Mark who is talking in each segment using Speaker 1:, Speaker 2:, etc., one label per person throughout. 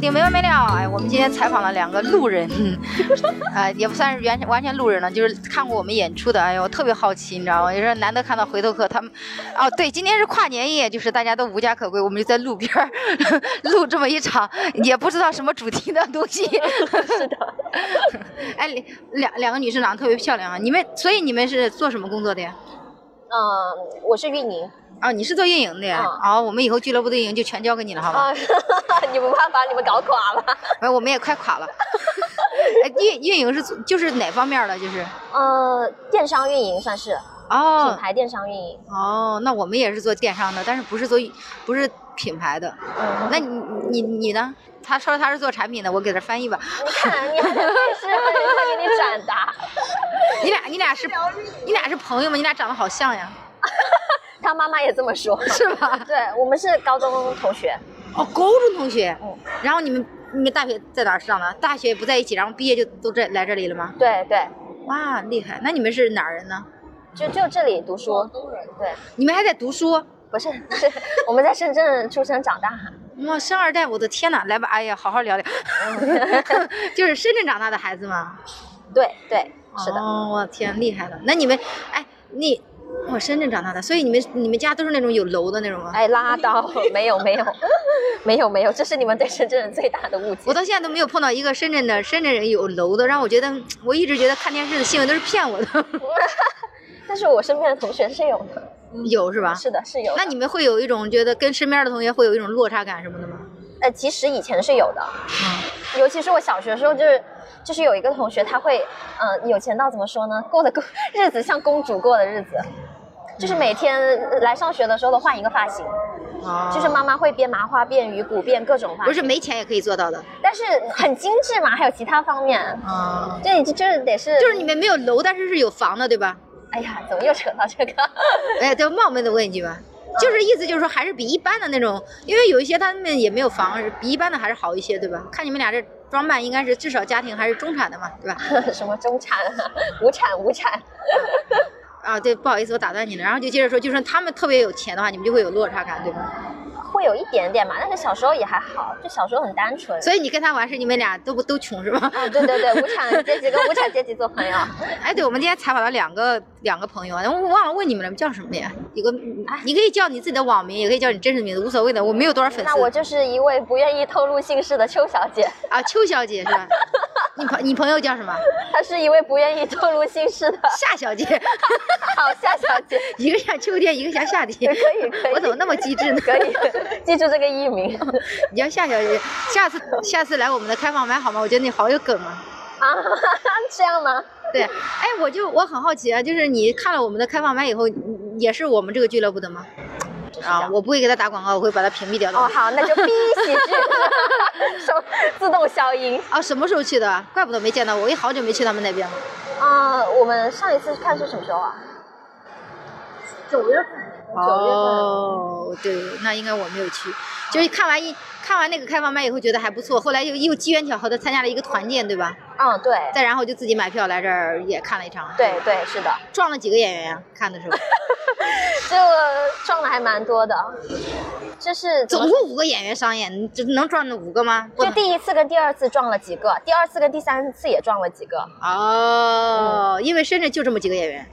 Speaker 1: 定没完没了。哎，我们今天采访了两个路人， 啊、也不算是完全完全路人了，就是看过我们演出的。哎呦，我特别好奇，你知道吗？也是难得看到回头客，他们，哦，对，今天是跨年夜，就是大家都无家可归，我们就在路边儿 录这么一场，也不知道什么主题的东西。
Speaker 2: 是的，
Speaker 1: 哎，两两两个女生长得特别漂亮啊！你们，所以你们是做什么工作的呀？
Speaker 2: 嗯，我是运营
Speaker 1: 啊，你是做运营的呀？
Speaker 2: 嗯
Speaker 1: 哦，我们以后俱乐部的运营就全交给你了，好吧？
Speaker 2: 啊，你们怕把你们搞垮了。
Speaker 1: 哎，我们也快垮了。 哎，运运营是做就是哪方面的？就是
Speaker 2: 呃，电商运营算是品
Speaker 1: 哦
Speaker 2: 牌电商运营。
Speaker 1: 哦，那我们也是做电商的，但是不是做不是品牌的。
Speaker 2: 嗯，
Speaker 1: 那你你你呢？他说他是做产品的，我给他翻译吧。
Speaker 2: 你看，你还真是他给你转达，
Speaker 1: 你俩你俩是你俩是朋友吗？你俩长得好像呀，
Speaker 2: 他妈妈也这么说。
Speaker 1: 是吧？
Speaker 2: 对我们是高中同学，
Speaker 1: 哦，高中同学
Speaker 2: 嗯。
Speaker 1: 然后你们你们大学在哪儿上的？大学不在一起，然后毕业就都这来这里了吗？
Speaker 2: 对对，
Speaker 1: 哇，厉害！那你们是哪儿人呢？
Speaker 2: 就就这里读书。对，
Speaker 1: 你们还在读书？
Speaker 2: 不是 不是，我们在深圳出生长大。
Speaker 1: 哇，生二代，我的天呐！来吧，哎呀，好好聊 聊。就是深圳长大的孩子嘛。
Speaker 2: 对对， 啊是的。
Speaker 1: 哦，我天，厉害了！那你们，哎，你，我深圳长大的，所以你们你们家都是那种有楼的那种吗？
Speaker 2: 哎，拉倒， 没有没有没有没有，这是你们对深圳人最大的误解
Speaker 1: 我。到现在都没有碰到一个深圳的深圳人有楼的，让我觉得，我一直觉得看电视的新闻都是骗我的，
Speaker 2: 但是我身边的同学是有的，
Speaker 1: 有是吧？
Speaker 2: 是的，是有的。
Speaker 1: 那你们会有一种觉得跟身边的同学会有一种落差感什么的吗？
Speaker 2: 呃，其实以前是有的，
Speaker 1: 嗯，
Speaker 2: 尤其是我小学的时候，就是就是有一个同学，他会，嗯、有钱到怎么说呢？过的过 日子像公主过的日子，就是每天来上学的时候都换一个发型，
Speaker 1: 哦
Speaker 2: 就是妈妈会编麻花辫、鱼骨辫各种发
Speaker 1: 不
Speaker 2: 型，
Speaker 1: 是没钱也可以做到的
Speaker 2: 但是很精致嘛，还有其他方面。
Speaker 1: 啊。
Speaker 2: 对，就就是得是，
Speaker 1: 就是你们没有楼，但是是有房的，对吧？
Speaker 2: 哎呀，怎么又扯到这个？
Speaker 1: 哎，对，冒昧的问一句吧，就是意思就是说，还是比一般的那种，因为有一些他们也没有房，比一般的还是好一些，对吧？看你们俩这装扮，应该是至少家庭还是中产的嘛，对吧？
Speaker 2: 什么中产、啊、无产、无产，
Speaker 1: 啊，对，不好意思，我打断你了，然后就接着说，就是他们特别有钱的话，你们就会有落差感，对吧？
Speaker 2: 会有一点点嘛，但是小时候也还好，就小时候很单纯。
Speaker 1: 所以你跟他玩是你们俩都不都穷是吧？
Speaker 2: 啊，对对对，无产阶级跟无产阶级做朋友。
Speaker 1: 哎，对，我们今天采访了两个两个朋友，然后我忘了问你们了，叫什么呀？有个，
Speaker 2: 哎
Speaker 1: 你可以叫你自己的网名，也可以叫你真实名字，无所谓的，我没有多少粉丝。
Speaker 2: 那我就是一位不愿意透露姓氏的邱小姐，
Speaker 1: 啊，邱小姐是吧？你朋你朋友叫什么？
Speaker 2: 她是一位不愿意透露姓 氏的
Speaker 1: 夏小姐。
Speaker 2: 好夏小姐。
Speaker 1: 一个像秋天，一个像夏天。
Speaker 2: 可以可以，
Speaker 1: 我怎么那么机智呢？
Speaker 2: 可以记住这个艺名
Speaker 1: 你叫夏小姐，下次下次来我们的开放麦好吗？我觉得你好有梗啊。
Speaker 2: 啊？这样吗？
Speaker 1: 对，哎，我就我很好奇啊，就是你看了我们的开放麦以后，你也是我们这个俱乐部的吗？啊，我不会给他打广告，我会把他屏蔽掉的。
Speaker 2: 哦，好，那就 B 喜剧，手自动消音。
Speaker 1: 啊，什么时候去的啊？怪不得没见到我，我也好久没去他们那边了。
Speaker 2: 啊、我们上一次看是什么时候啊？九月份。九月份。
Speaker 1: 哦，对，那应该我没有去，就是看完一看完那个开放麦以后觉得还不错，后来又又机缘巧合的参加了一个团建，对吧？
Speaker 2: 嗯，对，
Speaker 1: 再然后就自己买票来这儿也看了一场。啊
Speaker 2: 对对，是的，
Speaker 1: 撞了几个演员呀、看的时 候，
Speaker 2: 这撞的还蛮多的，就是怎么
Speaker 1: 总共五个演员商演，你这能撞着五个吗？不
Speaker 2: 就第一次跟第二次撞了几个，第二次跟第三次也撞了 几个。
Speaker 1: 哦，因为深圳就这么几个演员，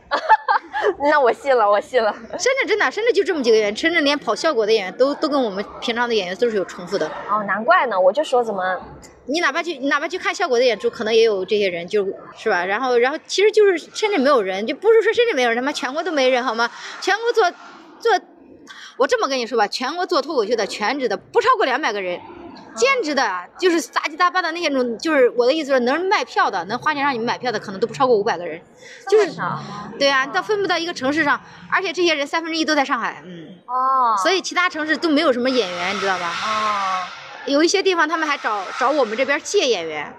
Speaker 2: 那我信了，我信了。
Speaker 1: 深圳真的，深圳就这么几个演员，深圳连跑效果的演员都都跟我们平常的演员都是有重复的。
Speaker 2: 哦，难怪呢，我就说怎么，
Speaker 1: 你哪怕去你哪怕去看效果的演出，可能也有这些人，就是吧？然后然后其实就是深圳没有人，就不是说深圳没有人，他妈全国都没人好吗？全国做做，我这么跟你说吧，全国做脱口秀的全职的不超过两百个人。兼职的啊就是杂七杂八的那些种，就是我的意思是，能卖票的，能花钱让你们买票的，可能都不超过五百个人，就是对啊，到分布到一个城市上，而且这些人三分之一都在上海，嗯，
Speaker 2: 哦，
Speaker 1: 所以其他城市都没有什么演员，你知道吧？
Speaker 2: 哦，
Speaker 1: 有一些地方他们还找找我们这边借演员，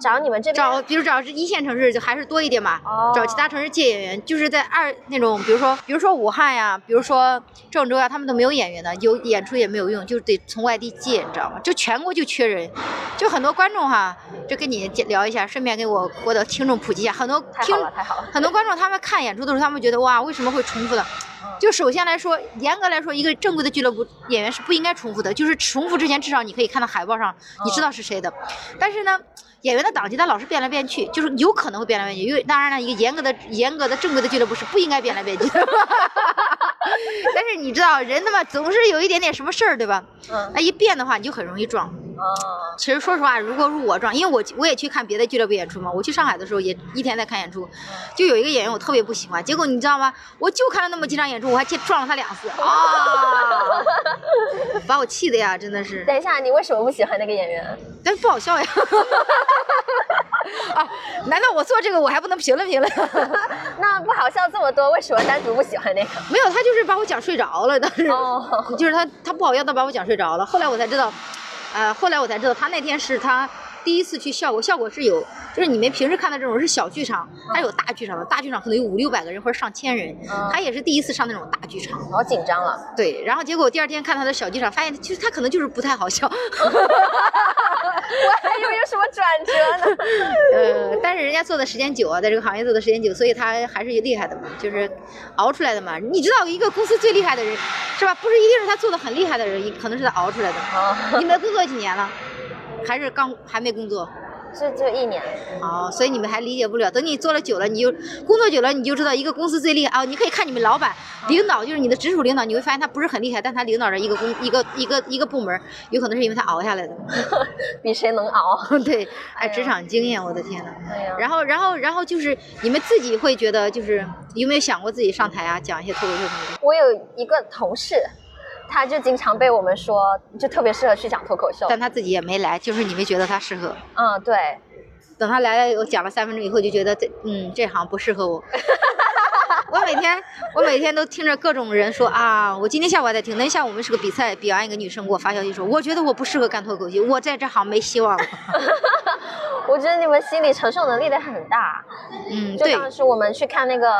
Speaker 2: 找你们这边
Speaker 1: 找，比如找一线城市就还是多一点嘛，
Speaker 2: 哦
Speaker 1: 找其他城市借演员，就是在二那种，比如说，比如说武汉呀、比如说郑州呀、他们都没有演员的，有演出也没有用，就得从外地借，你知道吗？就全国就缺人，就很多观众哈，就跟你聊一下，顺便给我我的听众普及一下，很多
Speaker 2: 太
Speaker 1: 听
Speaker 2: 好了，太好了。
Speaker 1: 很多观众他们看演出的时候，他们觉得哇，为什么会重复的？就首先来说，严格来说，一个正规的俱乐部演员是不应该重复的，就是重复之前至少你可以看到海报上，你知道是谁的。但是呢，演员的档期他老是变来变去，就是有可能会变来变去。因为当然了，一个严格的、严格的正规的俱乐部是不应该变来变去的。 但是你知道，人他妈总是有一点点什么事儿，对吧？
Speaker 2: 嗯
Speaker 1: 那一变的话，你就很容易撞。
Speaker 2: 哦，
Speaker 1: 其实说实话，如果是我撞，因为我我也去看别的俱乐部演出嘛，我去上海的时候也一天在看演出，就有一个演员我特别不喜欢，结果你知道吗？我就看了那么几场演出，我还去撞了他两次啊， 把我气的呀，真的是，
Speaker 2: 等一下，你为什么不喜欢那个演员？
Speaker 1: 但是不好笑呀。啊，难道我做这个我还不能评论评 论？
Speaker 2: 那不好笑这么多，为什么单独不喜欢那个？
Speaker 1: 没有，他就是把我讲睡着了，当时。
Speaker 2: 哦，
Speaker 1: 就是他他不好要到把我讲睡着了。后来我才知道，呃，后来我才知道他那天是他第一次去效果，效果是有，就是你们平时看的这种是小剧场，他有大剧场的，大剧场可能有五六百个人或者上千人，
Speaker 2: 嗯
Speaker 1: 他也是第一次上那种大剧场。
Speaker 2: 好紧张啊了。
Speaker 1: 对，然后结果第二天看他的小剧场，发现其实他可能就是不太好笑，
Speaker 2: 我还以为有什么转折呢。
Speaker 1: 呃，但是人家做的时间久啊，在这个行业做的时间久，所以他还是厉害的嘛，就是熬出来的嘛。你知道一个公司最厉害的人是吧？不是一定是他做的很厉害的人，也可能是他熬出来的。
Speaker 2: 哦，
Speaker 1: 你们工作几年了？还是刚还没工作？
Speaker 2: 这就一年。
Speaker 1: 哦，所以你们还理解不了。等你做了久了，你就工作久了，你就知道一个公司最厉害啊、你可以看你们老板、领导，就是你的直属领导，你会发现他不是很厉害，但他领导着一个公一个一个一个部门，有可能是因为他熬下 来的。
Speaker 2: 比谁能熬。
Speaker 1: 对，哎，
Speaker 2: 呀
Speaker 1: 职场经验，我的天呐。
Speaker 2: 哎呀
Speaker 1: 然后，然后，然后就是你们自己会觉得，就是有没有想过自己上台啊，讲一些脱口秀什么的？
Speaker 2: 我有一个同事，他就经常被我们说，就特别适合去讲脱口秀。
Speaker 1: 但他自己也没来，就是你没觉得他适合。
Speaker 2: 嗯，对，
Speaker 1: 等他来了，我讲了三分钟以后，就觉得这嗯这行不适合我。 我每天我每天都听着各种人说啊，我今天下午还在听，那下午我们是个比赛，比完一个女生给我发消息说，我觉得我不适合干脱口秀，我在这行没希望了。
Speaker 2: 我觉得你们心理承受能力得很大。
Speaker 1: 嗯，
Speaker 2: 就
Speaker 1: 对，
Speaker 2: 当时我们去看那个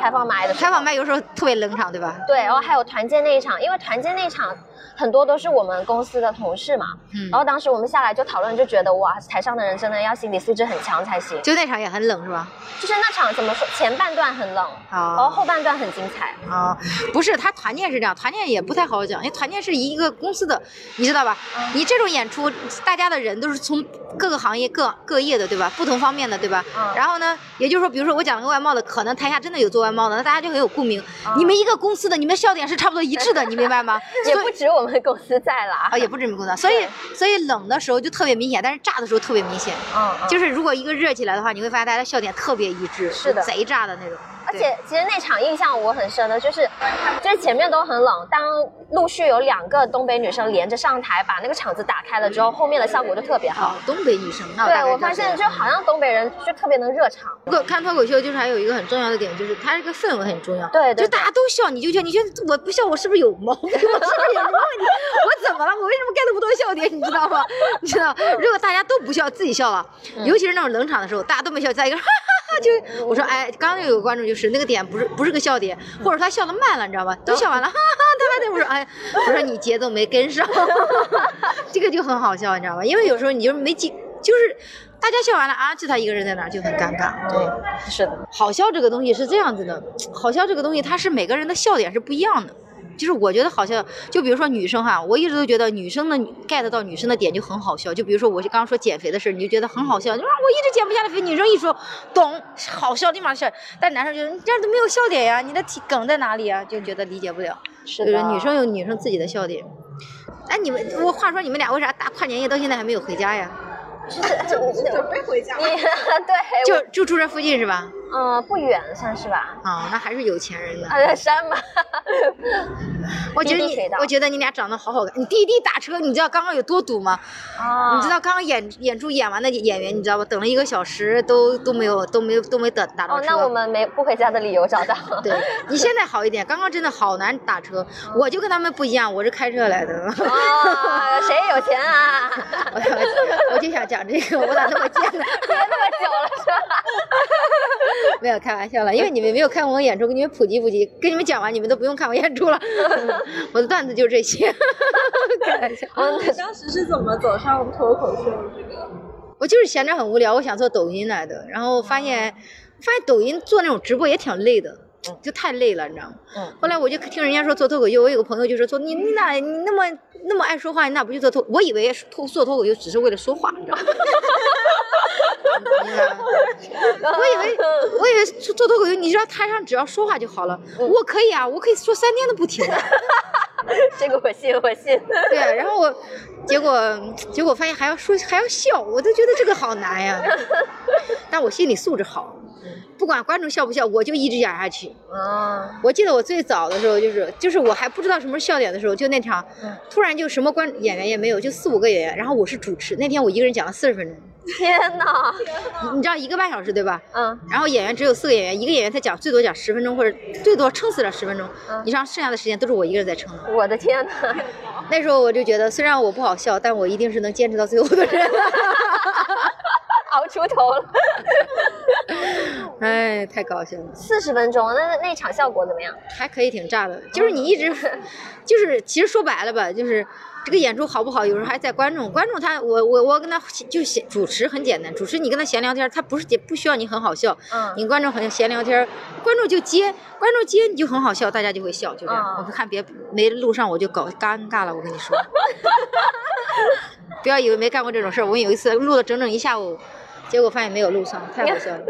Speaker 2: 开放麦的时候
Speaker 1: 采访麦有时候特别冷场，对吧？
Speaker 2: 对，然后还有团建那一场，因为团建那一场很多都是我们公司的同事嘛。
Speaker 1: 嗯
Speaker 2: 然后当时我们下来就讨论，就觉得哇，台上的人真的要心理素质很强才行。
Speaker 1: 就那场也很冷，是吧？
Speaker 2: 就是那场怎么说，前半段很冷，然后
Speaker 1: 啊
Speaker 2: 后半段很精彩。
Speaker 1: 啊，不是，他团建是这样，团建也不太好讲，因为团建是一个公司的，你知道吧？你这种演出，大家的人都是从各个行业、各各业的，对吧？不同方面的，对吧？
Speaker 2: 嗯
Speaker 1: 然后呢，也就是说，比如说我讲了个外贸的，可能台下真的有做外贸的，那大家就很有共鸣。
Speaker 2: 嗯
Speaker 1: 你们一个公司的，你们笑点是差不多一致的，你明白吗？
Speaker 2: 也
Speaker 1: 所以
Speaker 2: 不止我们公司在啦
Speaker 1: 啊，，也不知名公司，所以所以冷的时候就特别明显，但是炸的时候特别明显。
Speaker 2: 嗯，嗯
Speaker 1: 就是如果一个热起来的话，你会发现大家笑点特别一致，
Speaker 2: 是的
Speaker 1: 贼炸的那种。
Speaker 2: 而
Speaker 1: 对
Speaker 2: 且其实那场印象我很深的就是，就是前面都很冷，当陆续有两个东北女生连着上台把那个场子打开了之后，后面的效果就特别好。
Speaker 1: 哦，东北女生，那我嗯大概
Speaker 2: 对，我
Speaker 1: 知道
Speaker 2: 发
Speaker 1: 谁
Speaker 2: 现
Speaker 1: 了
Speaker 2: 就好像东北人就特别能热场，
Speaker 1: 不过看脱口秀就是还有一个很重要的点，就是它这个氛围很重要。
Speaker 2: 对对
Speaker 1: 就大家都笑，你就觉得你觉得我不笑，我是不是有毛病？我是 不是有什么问题？我怎么了？我为什么 get 不到笑点？你知道吗？ 你知道，如果大家都不笑，自己笑了，
Speaker 2: 嗯
Speaker 1: 尤其是那种冷场的时候，大家都没笑，在一个 哈哈哈，就我说哎，刚刚有个观众就是那个点不是不是个笑点，
Speaker 2: 嗯
Speaker 1: 或者他笑的慢了，你知道吗？都笑完了，哈哈哈，他还在我说 哎，我说你节奏没跟上， 这个就很好笑，你知道吗？因为有时候你就没记，就是大家笑完了啊，就他一个人在那儿就很尴尬，对。
Speaker 2: 是的，
Speaker 1: 好笑这个东西是这样子的，好笑这个东西它是每个人的笑点是不一样的。就是我觉得好笑，就比如说女生哈，我一直都觉得女生的 get 到女生的点就很好笑。就比如说我刚刚说减肥的事儿，你就觉得很好笑，就说啊我一直减不下来肥。女生一说懂好笑，立马是。但男生就是你这样都没有笑点呀，你的体梗在哪里呀？就觉得理解不了。
Speaker 2: 是
Speaker 1: 就是女生有女生自己的笑点。哎，你们我话说你们俩为啥大跨年夜到现在还没有回家呀？
Speaker 2: 就是
Speaker 3: 准备回家。
Speaker 2: 你对，
Speaker 1: 就就住这附近是吧？
Speaker 2: 嗯、不远算是吧。
Speaker 1: 啊、那还是有钱人呢。
Speaker 2: 啊，在山吧，
Speaker 1: 我觉得
Speaker 2: 滴滴
Speaker 1: 你
Speaker 2: 水道，
Speaker 1: 我觉得你俩长得好好看。你滴滴打车，你知道刚刚有多堵吗？
Speaker 2: 啊，
Speaker 1: 你知道刚刚演演出演完的演员，你知道吧？等了一个小时都都没有都没有都没打打到
Speaker 2: 哦，
Speaker 1: 车。
Speaker 2: 那我们没不回家的理由找到了。
Speaker 1: 对你现在好一点，刚刚真的好难打车。
Speaker 2: 嗯
Speaker 1: 我就跟他们不一样，我是开车来的。
Speaker 2: 啊，谁有钱啊？
Speaker 1: 我我就想讲这个，我咋这么贱呢？
Speaker 2: 憋那么久了是吧？
Speaker 1: 没有开玩笑了，因为你们没有看过我演出，给你们普及普及，跟你们讲完，你们都不用看我演出了。 我的段子就这些， 开玩
Speaker 2: 啊
Speaker 1: 笑。
Speaker 2: 哦
Speaker 3: 你当时是怎么走上脱口秀 这个？
Speaker 1: 我就是闲着很无聊，我想做抖音来的，然后发现、发现抖音做那种直播也挺累的。就太累了，你知道吗？
Speaker 2: 嗯
Speaker 1: 后来我就听人家说做脱口秀，我有个朋友就说做你你咋你那么那么爱说话，你咋不去做脱？我以为是脱做脱口秀只是为了说话，你知道吗？你明白吗我以为我以为做做脱口秀，你知道台上只要说话就好了，我可以啊，我可以说三天都不停啊的。
Speaker 2: 这个我信，我 信。
Speaker 1: 对啊，然后我结果结果发现还要说还要笑，我都觉得这个好难呀。 但我心理素质好，不管观众笑不笑，我就一直演下去。
Speaker 2: 啊，
Speaker 1: 我记得我最早的时候，就是就是我还不知道什么是笑点的时候，就那场
Speaker 2: 嗯
Speaker 1: 突然就什么观演员也没有，就四五个演员，然后我是主持，那天我一个人讲了四十分钟，
Speaker 2: 天哪！
Speaker 1: 你知道一个半小时对吧？
Speaker 2: 嗯，
Speaker 1: 然后演员只有四个演员，一个演员才讲最多讲十分钟，或者最多撑死了十分钟
Speaker 2: 嗯，
Speaker 1: 你让剩下的时间都是我一个人在撑的。
Speaker 2: 我的天哪！
Speaker 1: 那时候我就觉得，虽然我不好笑，但我一定是能坚持到最后的人。
Speaker 2: 熬出头了，
Speaker 1: 哎，太高兴了，
Speaker 2: 四十分钟，那那场效果怎么样？
Speaker 1: 还可以挺炸的。就是你一直， 就是其实说白了吧，就是这个演出好不好，有时候还在观众。观众他，我我我跟他就闲主持很简单，主持你跟他闲聊天，他不是不需要你很好笑，
Speaker 2: 嗯
Speaker 1: 你跟观众很闲聊天，观众就接，观众接你就很好笑，大家就会笑，就这样。
Speaker 2: 嗯
Speaker 1: 我就看别没录上我就搞尴尬了，我跟你 说，不要以为没干过这种事儿。我们有一次录了整整一下午，结果发现没有录上，太好笑了。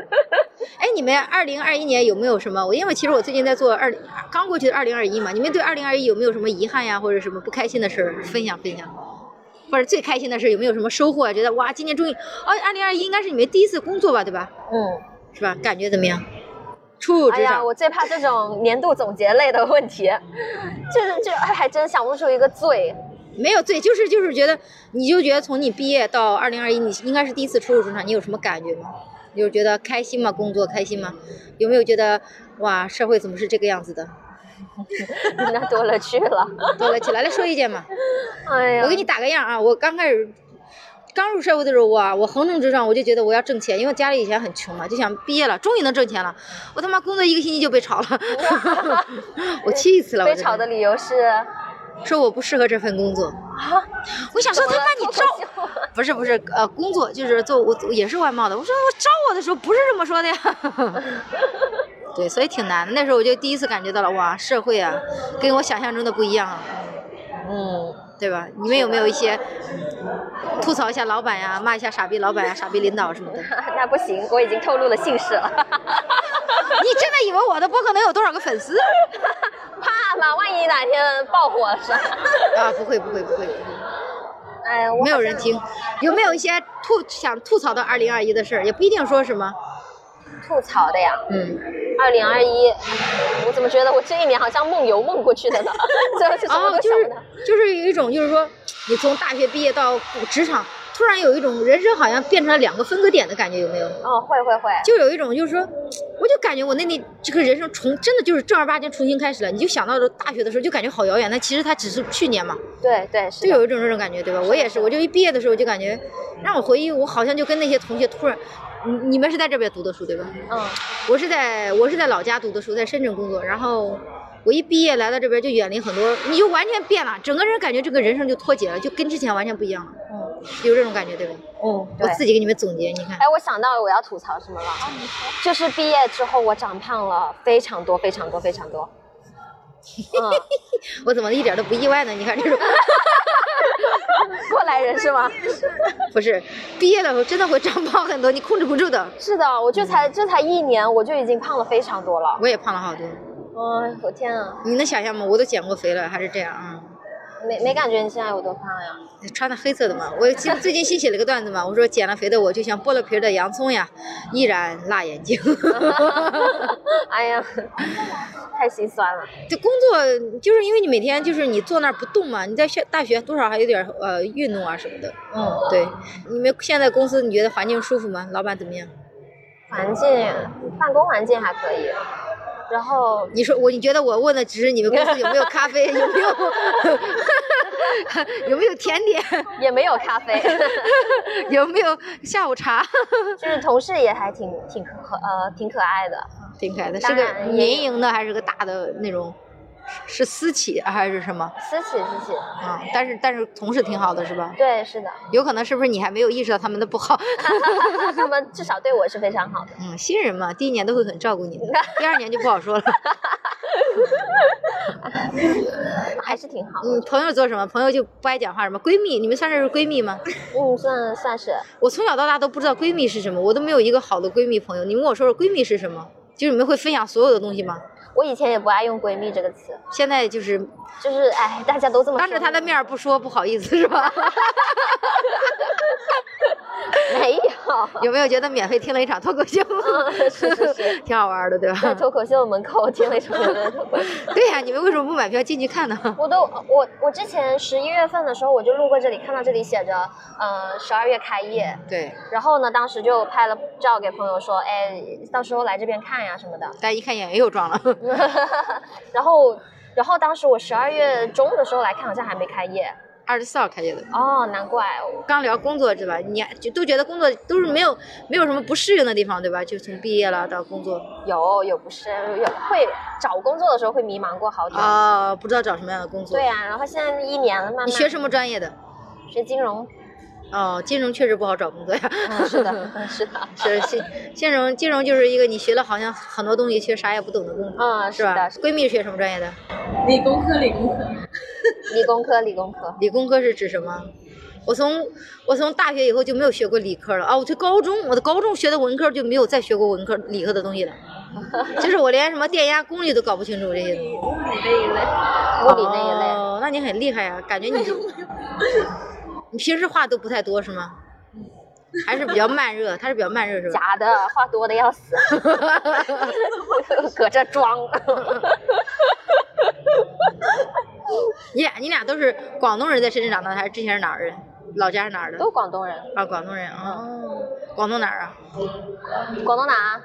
Speaker 1: 哎，你们二零二一年有没有什么？我因为其实我最近在做二刚过去的二零二一嘛，你们对二零二一有没有什么遗憾呀，或者什么不开心的事儿分享分享？或者最开心的事儿有没有什么收获啊？觉得哇，今年终于哦，二零二一应该是你们第一次工作吧，对吧？
Speaker 2: 嗯，
Speaker 1: 是吧？感觉怎么样？初入
Speaker 2: 哎
Speaker 1: 职
Speaker 2: 呀，
Speaker 1: 场，
Speaker 2: 我最怕这种年度总结类的问 题，这这哎还真想不出一个最。
Speaker 1: 没有对，就是就是觉得，你就觉得从你毕业到二零二一，你应该是第一次初入职场，你有什么感觉吗？就是觉得开心吗？工作开心吗？有没有觉得哇，社会怎么是这个样子的？
Speaker 2: 那多了去了。
Speaker 1: 多了起来，来说意见嘛。
Speaker 2: 哎呀，
Speaker 1: 我给你打个样啊，我刚开始。刚入社会的时候，我我横冲直撞，我就觉得我要挣钱，因为家里以前很穷嘛，就想毕业了，终于能挣钱了。我他妈工作一个星期就被炒 了， 我气死了。我
Speaker 2: 被
Speaker 1: 真
Speaker 2: 炒的理由是啊，
Speaker 1: 说我不适合这份工作，啊我想说他妈你招
Speaker 2: 怎么了脱口秀
Speaker 1: 不是不是呃工作就是做我我也是外贸的，我说我招我的时候不是这么说的呀， 对，所以挺难的。那时候我就第一次感觉到了哇，社会啊，跟我想象中的不一样啊，
Speaker 2: 嗯，
Speaker 1: 对吧？你们有没有一些吐槽一下老板呀、骂一下傻逼老板呀、傻逼领导什么的？ 你
Speaker 2: 那不行，我已经透露了姓氏了，
Speaker 1: 真的以为我的播客能有多少个粉丝？
Speaker 2: 怕嘛，万一哪天爆火了是吧？
Speaker 1: 啊，不会不会不会，不会
Speaker 2: 哎，我好像
Speaker 1: 没有人听。有没有一些吐想吐槽到二零二一的事儿？也不一定说什么，
Speaker 2: 吐槽的呀。
Speaker 1: 嗯。
Speaker 2: 二零二一，我怎么觉得我这一年好像梦游梦过去的呢？ 最后是什么
Speaker 1: 哦，
Speaker 2: 都
Speaker 1: 就
Speaker 2: 想不
Speaker 1: 是
Speaker 2: 到。
Speaker 1: 就是有一种，就是说，你从大学毕业到职场，突然有一种人生好像变成了两个分割点的感觉，有没有？
Speaker 2: 哦，会会会，
Speaker 1: 就有一种，就是说，我就感觉我那那这个人生重真的就是正儿八经重新开始了。你就想到了大学的时候，就感觉好遥远，但其实它只是去年嘛，
Speaker 2: 对对
Speaker 1: 就
Speaker 2: 是的。
Speaker 1: 有一种这种感觉，对吧？我也是，我就一毕业的时候就感觉，让我回忆，我好像就跟那些同学突然，你你们是在这边读的书对吧？
Speaker 2: 嗯，
Speaker 1: 我是在我是在老家读的书，在深圳工作，然后我一毕业来到这边就远离很多，你就完全变了，整个人感觉这个人生就脱节了，就跟之前完全不一样了，
Speaker 2: 嗯
Speaker 1: 有这种感觉对吧？
Speaker 2: 嗯，
Speaker 1: 我
Speaker 2: 对。
Speaker 1: 自己给你们总结，你看，
Speaker 2: 哎，我想到我要吐槽什么了，就是毕业之后我长胖了非常多，非常多，非常 多。嗯，
Speaker 1: 我怎么一点都不意外呢？你看这种
Speaker 2: 过来人是吗？
Speaker 1: 不是毕业了以后真的会长胖很多，你控制不住的。
Speaker 2: 是的，我这才这才一年，我就已经胖了非常多了。
Speaker 1: 我也胖了好多，
Speaker 2: 哎，我天啊！
Speaker 1: 你能想象吗？我都减过肥了，还是这样啊、
Speaker 2: 没没感觉你现在有多胖呀？
Speaker 1: 穿的黑色的嘛。我最最近新写了个段子嘛，我说减了肥的我就像剥了皮儿的洋葱呀，依然辣眼睛。
Speaker 2: 哎呀，太心酸了。
Speaker 1: 这工作就是因为你每天就是你坐那儿不动嘛，你在学大学多少还有点儿呃运动啊什么的。
Speaker 2: 嗯，
Speaker 1: 对，你们现在公司你觉得环境舒服吗？老板怎么样？
Speaker 2: 环境，办公环境还可以。然后
Speaker 1: 你说我，你觉得我问的只是你们公司有没有咖啡， 有没有有没有甜点，
Speaker 2: 也没有 咖啡，
Speaker 1: 有没有下午茶？
Speaker 2: 就是同事也还挺挺可呃挺可爱的。
Speaker 1: 挺可爱的，
Speaker 2: 当
Speaker 1: 是个
Speaker 2: 然也有
Speaker 1: 民营的还是个大的那种？是是私企啊还是什么
Speaker 2: 私企私企，
Speaker 1: 啊、但是但是同事挺好的是吧？
Speaker 2: 对，是的，
Speaker 1: 有可能是不是你还没有意识到他们的不好？
Speaker 2: 他们至少对我是非常好的。
Speaker 1: 嗯，新人嘛，第一年都会很照顾你的，第二年就不好说了。
Speaker 2: 还是挺好的。
Speaker 1: 嗯，朋友做什么？朋友就不爱讲话什么？闺蜜，你们算是闺蜜吗？
Speaker 2: 嗯，算算是
Speaker 1: 我从小到大都不知道闺蜜是什么，我都没有一个好的闺蜜朋友。你们跟我说说闺蜜是什么？就是你们会分享所有的东西吗？
Speaker 2: 我以前也不爱用“闺蜜”这个词，
Speaker 1: 现在就是
Speaker 2: 就是哎，大家都这么
Speaker 1: 当着
Speaker 2: 说
Speaker 1: 她的面儿不说不好意思是吧？
Speaker 2: 没有。
Speaker 1: 有没有觉得免费听了一场脱口秀？
Speaker 2: 嗯，是是是，
Speaker 1: 挺好玩的，对
Speaker 2: 在
Speaker 1: 吧？
Speaker 2: 脱口秀门口听了一 首歌的脱口秀。
Speaker 1: 对呀、你们为什么不买票进去看呢？
Speaker 2: 我都我我之前十一月份的时候，我就路过这里，看到这里写着，呃，十二月开业。
Speaker 1: 对，
Speaker 2: 然后呢，当时就拍了照给朋友说，哎，到时候来这边看呀什么的。
Speaker 1: 但一看演员又装了，
Speaker 2: 然后，然后当时我十二月中的时候来看，好像还没开业。
Speaker 1: 二十四号开业的。
Speaker 2: 哦，难怪。
Speaker 1: 刚聊工作对吧？你还就都觉得工作都是没有没有什么不适应的地方对吧？就从毕业了到工作
Speaker 2: 有有不是有会找工作的时候会迷茫过好久。
Speaker 1: 啊、不知道找什么样的工作。
Speaker 2: 对啊，然后现在一年了，慢慢
Speaker 1: 你学什么专业的？
Speaker 2: 学金融，
Speaker 1: 哦，金融确实不好找工作呀。
Speaker 2: 嗯，是的，嗯是的，
Speaker 1: 是金金融，金融就是一个你学了好像很多东西，却啥也不懂的工作，
Speaker 2: 嗯，是
Speaker 1: 是吧？
Speaker 2: 的，
Speaker 1: 闺蜜学什么专业的？
Speaker 3: 理工科，理工科。
Speaker 2: 理工科，理工科，
Speaker 1: 理工科是指什么？我从我从大学以后就没有学过理科了啊！我从高中，我的高中学的文科就没有再学过文科理科的东西 了，就是我连什么电压、功率都搞不清楚这些东西。
Speaker 3: 物理那一类。
Speaker 2: 物理那一类。
Speaker 1: 哦，那你很厉害呀、感觉你就 你平时话都不太多是吗？还是比较慢热，他是比较慢热是吧？
Speaker 2: 嗯 假的，话多的要死， 搁这装。
Speaker 1: 你俩你俩都是广东人，在深圳长大的，还是之前是哪儿人？老家是哪儿的？
Speaker 2: 都广东人，
Speaker 1: 啊，广东人啊、哦广东哪儿啊？
Speaker 2: 广东啊哪？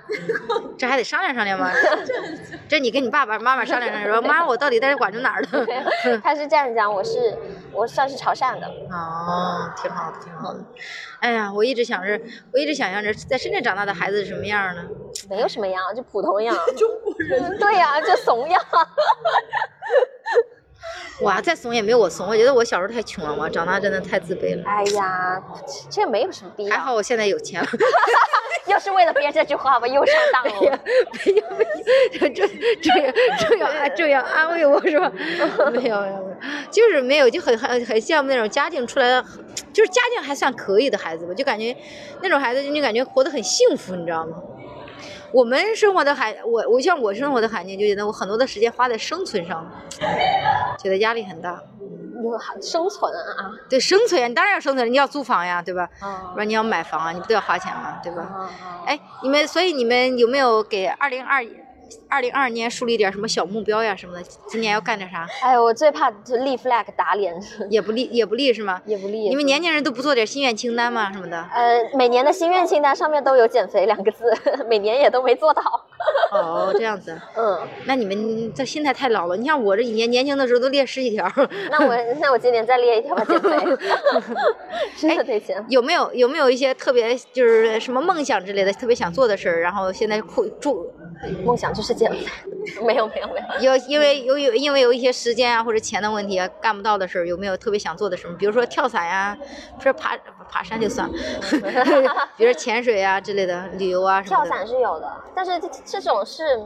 Speaker 1: 这还得商量商量 吗？这你跟你爸爸妈妈商量商量，说妈，我到底在广州哪儿 的？
Speaker 2: 他是湛江，我是我算是潮汕的。
Speaker 1: 哦，挺好的，挺好的。哎呀，我一直想着，我一直想象着在深圳长大的孩子是什么样儿呢？
Speaker 2: 没有什么样，就普通样。中国人。对呀、就怂样。
Speaker 1: 哇，再怂也没有我怂。我觉得我小时候太穷了，我长大真的太自卑了。
Speaker 2: 哎呀，这这没有什么必
Speaker 1: 还
Speaker 2: 要。
Speaker 1: 好我现在有钱了，
Speaker 2: 要是为了编这句话吧，又上 当了。
Speaker 1: 没有没有，这这样这样安这样安慰我是吧？没有没有没有，就是没有，就很很很羡慕那种家境出来的，就是家境还算可以的孩子吧，就感觉那种孩子就你感觉活得很幸福，你知道吗？我们生活的海，我我像我生活的环境，就觉得我很多的时间花在生存上，觉得压力很大。
Speaker 2: 有生存啊
Speaker 1: 对生存呀，你当然要生存，你要租房呀，对吧？
Speaker 2: 啊
Speaker 1: 不然你要买房啊，你不都要花钱吗？对吧？
Speaker 2: 啊！
Speaker 1: 哎，你们所以你们有没有给二零二二零二年树立点什么小目标呀什么的？今年要干点啥？
Speaker 2: 哎，我最怕就立 flag 打脸，
Speaker 1: 也不立也不立是吗？
Speaker 2: 也不立。
Speaker 1: 你们年轻人都不做点心愿清单吗？什么的？
Speaker 2: 呃，每年的心愿清单上面都有减肥两个字， 每年也都没做到。
Speaker 1: 哦，这样子，
Speaker 2: 嗯，
Speaker 1: 那你们这心态太老了。你像我这以前年轻的时候都列十几条，
Speaker 2: 那 我那我今年再列一条吧，减肥，真
Speaker 1: 哎
Speaker 2: 的得减。
Speaker 1: 有没有有没有一些特别就是什么梦想之类的，特别想做的事儿？然后现在困住
Speaker 2: 梦想就是减肥，没有没有没有，
Speaker 1: 有因为有有因为有一些时间啊或者钱的问题啊干不到的事儿，有没有特别想做的什么？比如说跳伞呀、不是爬爬山就算了， 比如说潜水啊之类的，旅游啊什么
Speaker 2: 跳
Speaker 1: 的。
Speaker 2: 伞是有的，但是这这种是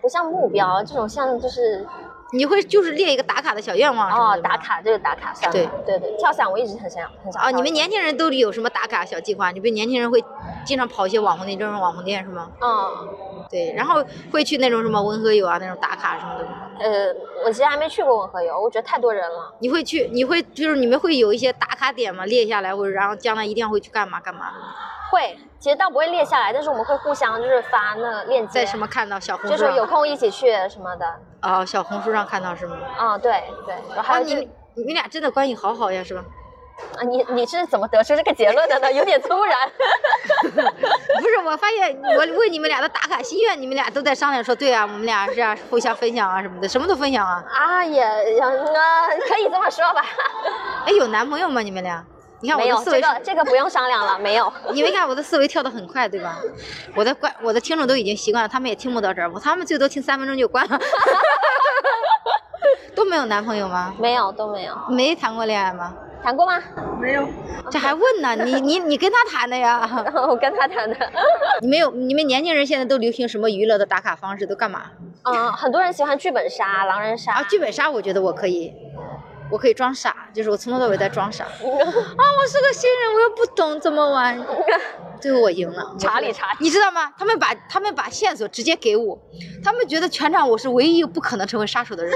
Speaker 2: 不像目标，这种像就是
Speaker 1: 你会就是列一个打卡的小愿望什么
Speaker 2: 哦，
Speaker 1: 的吗
Speaker 2: 打卡就是打卡算
Speaker 1: 对
Speaker 2: 了。对对，跳伞我一直很想很想
Speaker 1: 啊！
Speaker 2: 跳
Speaker 1: 你们
Speaker 2: 伞
Speaker 1: 年轻人都有什么打卡小计划？你们年轻人会经常跑一些网红店、这种网红店是吗？
Speaker 2: 嗯
Speaker 1: 对，然后会去那种什么温和友啊那种打卡什么的吗。
Speaker 2: 呃，我其实还没去过文和友，我觉得太多人了。
Speaker 1: 你会去？你会就是你们会有一些打卡点吗？列下来，或者然后将来一定会去干嘛干嘛？
Speaker 2: 会，其实倒不会列下来，但是我们会互相就是发那链接，
Speaker 1: 在什么看到小红
Speaker 2: 就
Speaker 1: 书啊
Speaker 2: 是有
Speaker 1: 上？
Speaker 2: 空一起去什么的。
Speaker 1: 啊、小红书上看到是吗？
Speaker 2: 嗯，对对，然后还
Speaker 1: 啊，
Speaker 2: 有
Speaker 1: 你
Speaker 2: 就
Speaker 1: 们你们俩真的关系好好呀，是吧？
Speaker 2: 啊，你你是怎么得出这个结论的呢？有点突然。
Speaker 1: 不是，我发现我问你们俩的打卡心愿，你们俩都在商量说，对啊，我们俩是啊，互相分享啊什么的，什么都分享啊。
Speaker 2: 啊，也也啊，可以这么说吧。
Speaker 1: 哎，有男朋友吗？你们俩？你看我
Speaker 2: 没
Speaker 1: 的
Speaker 2: 有
Speaker 1: 思维
Speaker 2: 这
Speaker 1: 是，
Speaker 2: 个这个不用商量了，没有。
Speaker 1: 你没看我的思维跳得很快，对吧？我的关，我的听众都已经习惯了，他们也听不到这儿，我他们最多听三分钟就关了。 都没有男朋友吗？
Speaker 2: 没有都没有，
Speaker 1: 没谈过恋爱吗？
Speaker 2: 谈过吗？
Speaker 3: 没有，
Speaker 1: 这还问呢？你你你跟他谈的呀？
Speaker 2: 我跟他谈的。
Speaker 1: 你没有？你们年轻人现在都流行什么娱乐的打卡方式？都干嘛？
Speaker 2: 嗯，很多人喜欢剧本杀、狼人杀。
Speaker 1: 啊，剧本杀我觉得我可以，我可以装傻，就是我从头到尾在装傻。啊，
Speaker 2: 哦
Speaker 1: 我是个新人，我又不懂怎么玩。最后我赢了，我
Speaker 2: 查理
Speaker 1: 是
Speaker 2: 查理
Speaker 1: 你知道吗？他们把他们把线索直接给我，他们觉得全场我是唯一一个不可能成为杀手的人，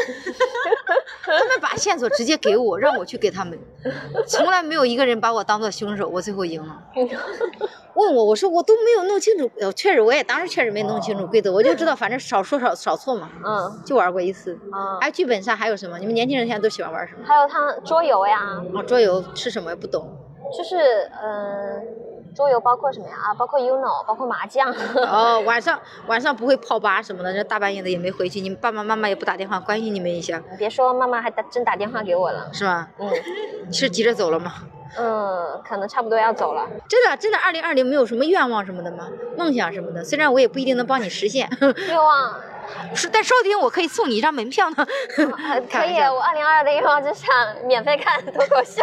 Speaker 1: 他们把线索直接给我，让我去给他们，从来没有一个人把我当做凶手，我最后赢了。问我，我说我都没有弄清楚，呃确实我也当时确实没弄清楚规则，我就知道反正少说少少错嘛，
Speaker 2: 嗯
Speaker 1: 就玩过一次。
Speaker 2: 嗯，
Speaker 1: 哎，剧本杀还有什么？你们年轻人现在都喜欢玩什么？
Speaker 2: 还有他桌游呀，
Speaker 1: 哦，桌游是什么也不懂。
Speaker 2: 就是嗯，桌游包括什么呀？啊，包括 UNO，包括麻将。
Speaker 1: 哦，晚上晚上不会泡吧什么的，这大半夜的也没回去，你们爸爸妈妈也不打电话关心你们一下，
Speaker 2: 别说妈妈还打真打电话给我了。
Speaker 1: 是吗？
Speaker 2: 嗯
Speaker 1: 是急着走了吗？
Speaker 2: 嗯，可能差不多要走了。
Speaker 1: 真的真的，二零二零没有什么愿望什么的吗？梦想什么的，虽然我也不一定能帮你实现，
Speaker 2: 愿望、啊
Speaker 1: 是但说不定我可以送你一张门票呢。开
Speaker 2: 啊呃可
Speaker 1: 玩
Speaker 2: 以，
Speaker 1: 笑
Speaker 2: 我二零二的愿望就想免费看脱口秀，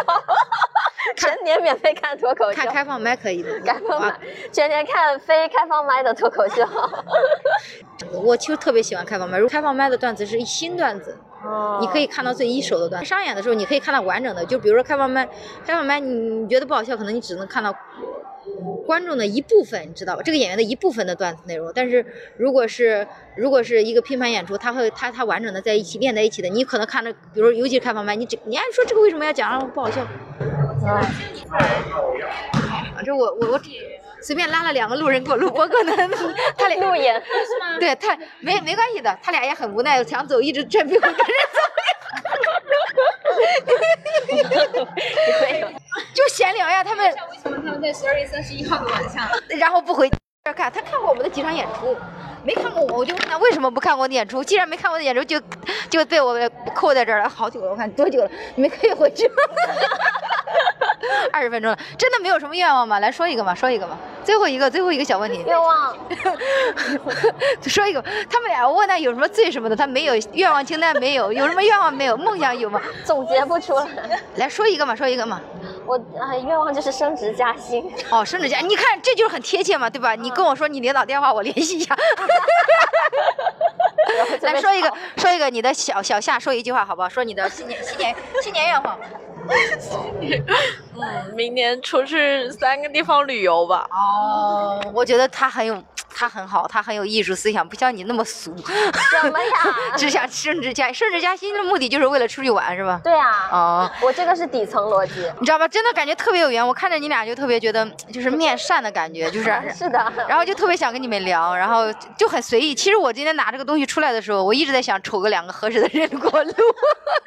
Speaker 2: 全年免费看脱口 秀
Speaker 1: 看。开放麦可以的，
Speaker 2: 开放
Speaker 1: 啊
Speaker 2: 麦，全年看非开放麦的脱口秀。
Speaker 1: 我其实特别喜欢开放麦。如果开放麦的段子是一新段子， 你可以看到最一手的段子。商演的时候，你可以看到完整的，就比如说开放麦，开放麦你你觉得不好笑，可能你只能看到观众的一部分，你知道吧？这个演员的一部分的段子内容。但是如果是如果是一个拼盘演出，他会他他完整的在一起练在一起的，你可能看着，比如尤其是开放麦，你只你按说这个为什么要讲啊？不好笑啊！
Speaker 2: 嗯
Speaker 1: 这我我我随便拉了两个路人给我录播 客呢，他俩
Speaker 2: 哦路演，
Speaker 3: 是吗？
Speaker 1: 对他没没关系的，他俩也很无奈，想走一直拽被我跟着走，
Speaker 2: 没有
Speaker 1: 就闲聊呀。他们
Speaker 3: 为什么他们在十二月三十一号的晚上？
Speaker 1: 然后不回这儿看，他看过我们的几场演出，没看过我，我就问他为什么不看我的演出？既然没看我的演出，就就被我扣在这儿了，好久了，我看多久了？ 你们可以回去。二十分钟了，真的没有什么愿望吗？来说一个嘛，说一个嘛，最后一个，最后一个小问题，
Speaker 2: 愿望，
Speaker 1: 说一个。他们俩我问他有什么罪什么的，他没有愿望清单没有，有什么愿望没有？梦想有吗？
Speaker 2: 总结不出来。
Speaker 1: 来说一个嘛，说一个嘛。
Speaker 2: 我啊，愿望就是升职加薪。
Speaker 1: 哦，升职加，你看这就是很贴切嘛，对吧？你跟我说你领导电话，我联系一下。 来说一个，说一个你的小小夏说一句话好不好？说你的新年新年新年愿望。
Speaker 4: 嗯，明年出去三个地方旅游吧。
Speaker 1: 哦，我觉得他很有，他很好，他很有艺术思想，不像你那么俗，
Speaker 2: 什 么呀？
Speaker 1: 只想升职加升职加薪的目的就是为了出去玩是吧？
Speaker 2: 对啊，
Speaker 1: 哦，
Speaker 2: 我这个是底层逻辑。
Speaker 1: 你知道吧？真的感觉特别有缘，我看着你俩就特别觉得就是面善的感觉，就是。 啊
Speaker 2: 是的，
Speaker 1: 然后就特别想跟你们聊，然后就就很随意。其实我今天拿这个东西出来的时候，我一直在想瞅个两个合适的人给我录，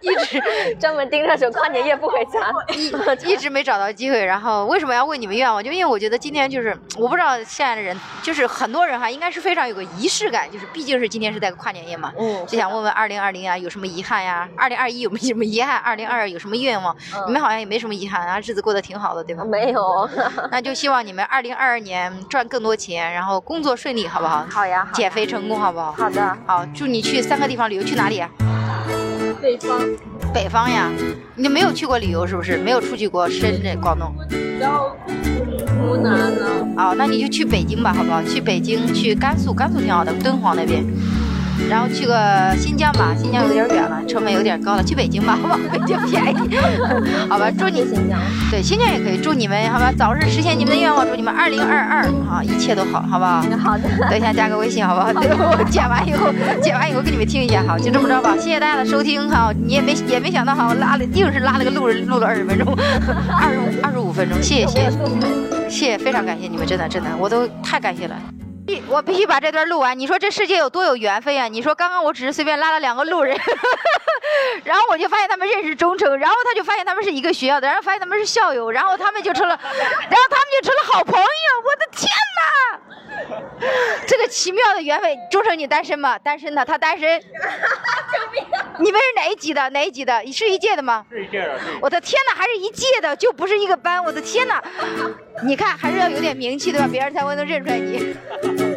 Speaker 1: 一直
Speaker 2: 专门盯着说跨年夜不回 家。
Speaker 1: 一一直没找到机会。然后为什么要问你们愿望？就因为我觉得今天就是我不知道现在的人，就是很多人哈，应该是非常有个仪式感，就是毕竟是今天是在跨年夜嘛。
Speaker 2: 嗯
Speaker 1: 就想问问二零二零啊有什么遗憾呀、2二零二一有没有什么遗憾？二零二二有什么愿望？
Speaker 2: 嗯
Speaker 1: 你们好像也没什么遗憾啊，日子过得挺好的， 对吧？
Speaker 2: 没有。
Speaker 1: 那就希望你们二零二二年赚更多钱，然后工作顺利，好不好？
Speaker 2: 好呀，好
Speaker 1: 减肥成功，好不好？
Speaker 2: 好的。
Speaker 1: 好，祝你去三个地方旅游，去哪里、啊？
Speaker 3: 北方，
Speaker 1: 北方呀，你没有去过旅游是不是？没有出去过深圳、广东。
Speaker 3: 然后湖南呢？
Speaker 1: 哦，那你就去北京吧，好不好？去北京，去甘肃，甘肃挺好的，敦煌那边。然后去个新疆吧，新疆有点远了，成本有点高了，去北京吧，好吧， 北京便宜，好吧，祝你
Speaker 2: 新疆，
Speaker 1: 对新疆也可以，祝你们好吧，早日实现你们的愿望，祝你们二零二二啊一切都好，好不好？
Speaker 2: 好的，
Speaker 1: 等一下加个微信好不好？ 对，我剪完以后， 剪完以后给你们听一下，好，就这么着吧。谢谢大家的收听哈，你也没也没想到哈，我拉了硬是拉了个录录了二十分钟， 二十五二十五分钟，谢谢谢谢谢谢，非常感谢你们，真的真的，我都太感谢了。必我必须把这段录完。你说这世界有多有缘分呀、你说刚刚我只是随便拉了两个路人， 然后我就发现他们认识忠诚，然后他就发现他们是一个学校的，然后发现他们是校友，然后他们就成了， 然后他们就成了好朋友。我的天哪！这个奇妙的缘分，忠诚，你单身吗？单身的，他单身。 你们是哪一级的？哪一级的？你是一届的吗？
Speaker 5: 是这样的，
Speaker 1: 我的天哪，还是一届的，就不是 一个班。我的天哪，你看还是要有点名气对吧？别人才会能认出来你。